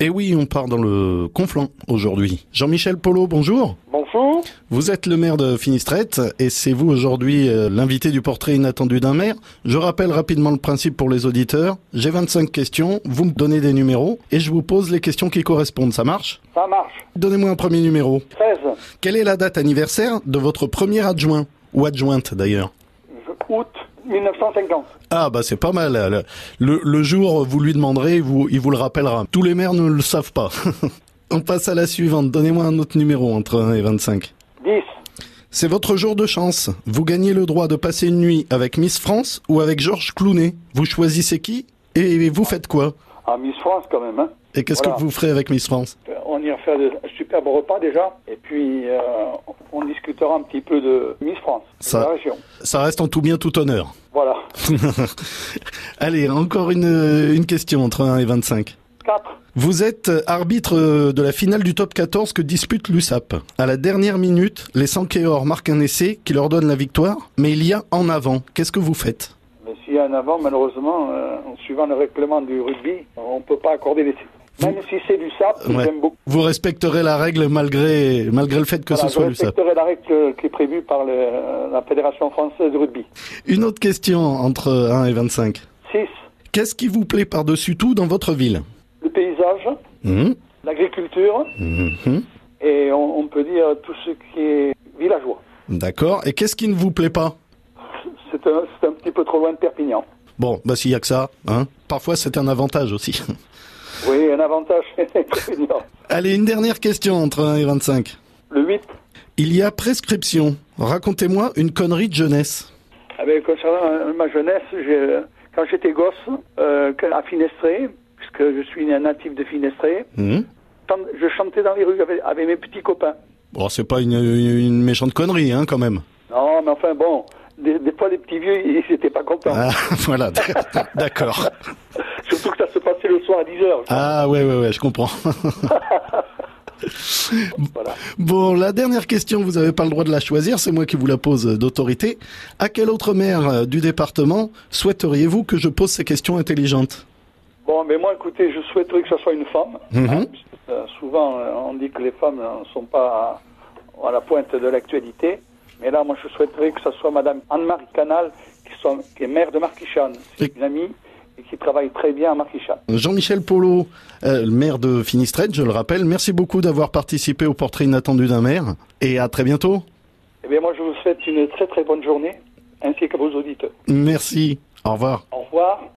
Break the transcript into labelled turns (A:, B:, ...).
A: Et Eh oui, on part dans le Conflent aujourd'hui. Jean-Michel Polo, bonjour.
B: Bonjour.
A: Vous êtes le maire de Finistrette et c'est vous aujourd'hui euh, l'invité du portrait inattendu d'un maire. Je rappelle rapidement le principe pour les auditeurs. J'ai 25 questions, vous me donnez des numéros et je vous pose les questions qui correspondent. Ça marche
B: Ça marche.
A: Donnez-moi un premier numéro.
B: 13
A: Quelle est la date anniversaire de votre premier adjoint Ou adjointe d'ailleurs
B: août 1950.
A: ah bah c'est pas mal. Le, le- le jour, vous lui demanderez, vous, il vous le rappellera. Tous les maires ne le savent pas. On passe à la suivante. Donnez-moi un autre numéro entre 1 et 25.
B: 10.
A: C'est votre jour de chance. Vous gagnez le droit de passer une nuit avec Miss France ou avec Georges Clounet. Vous choisissez qui et vous faites quoi
B: Ah, Miss France quand même. Hein.
A: Et qu'est-ce
B: Voilà.
A: que vous ferez avec Miss France
B: On ira faire de superbes repas déjà. Et puis, euh, on discutera un petit peu de Miss France,
A: Ça-
B: de la région.
A: Ça reste en tout bien, tout honneur.
B: Voilà.
A: Allez, encore une, euh, une question entre 1 et 25.
B: 4.
A: Vous êtes euh, arbitre euh, de la finale du top 14 que dispute l'USAP. À la dernière minute, les Sankéors marquent un essai qui leur donne la victoire, mais il y a en avant. Qu'est-ce que vous faites
B: Mais s'il y a un avant, malheureusement, euh, en suivant le règlement du rugby, on ne peut pas accorder les... Même si c'est du sable,
A: Ouais.
B: j'aime beaucoup.
A: Vous respecterez la règle malgré, malgré le fait que
B: Voilà,
A: ce soit
B: je
A: l'USAP.
B: respecterai la règle qui est prévue par le- la Fédération française de rugby.
A: Une autre question entre 1 et 25.
B: 6.
A: Qu'est-ce qui vous plaît par-dessus tout dans votre ville
B: Le paysage,
A: Hum,
B: l'agriculture
A: hum, hum.
B: et on, on peut dire tout ce qui est villageois.
A: D'accord. Et qu'est-ce qui ne vous plaît pas
B: C'est un, c'est un petit peu trop loin de Perpignan.
A: Bon, bah s'il y a que ça, hein. Parfois c'est un avantage aussi.
B: Oui, un avantage, Perpignan.
A: Allez, une dernière question entre 1 et 25.
B: Le 8,
A: Il y a prescription. Racontez-moi une connerie de jeunesse.
B: Ah ben, concernant euh, ma jeunesse, j'ai- quand j'étais gosse, euh, à Finestré, puisque je suis un natif de Finestré,
A: Hum.
B: chan- je chantais dans les rues avec, avec mes petits copains.
A: Bon, c'est pas une, une méchante connerie, hein, quand même.
B: Non, mais enfin bon, des, des fois les petits vieux, ils n'étaient pas contents.
A: Ah, voilà, d'accord.
B: Surtout que ça se passait le soir à 10h.
A: Ah, ouais, ouais, ouais, je comprends.
B: Voilà.
A: Bon, la dernière question, vous n'avez pas le droit de la choisir, c'est moi qui vous la pose euh, d'autorité. À quel autre maire euh, du département souhaiteriez-vous que je pose ces questions intelligentes
B: Bon, mais moi, écoutez, je souhaiterais que ce soit une femme.
A: Mhm.
B: Hein, puisque, euh, souvent, euh, on dit que les femmes ne sont pas à, à la pointe de l'actualité. Mais là, moi, je souhaiterais que ce soit Madame Anne-Marie Canal, qui, soit, qui est maire de Marquichane.
A: Et-
B: C'est une amie et qui travaille très bien à Marquichane.
A: Jean-Michel Polo, euh, le maire de Finistrette, je le rappelle, merci beaucoup d'avoir participé au portrait inattendu d'un maire et à très bientôt.
B: Eh bien, moi, je vous souhaite une très, très bonne journée, ainsi que vos auditeurs.
A: Merci, au revoir.
B: Au revoir.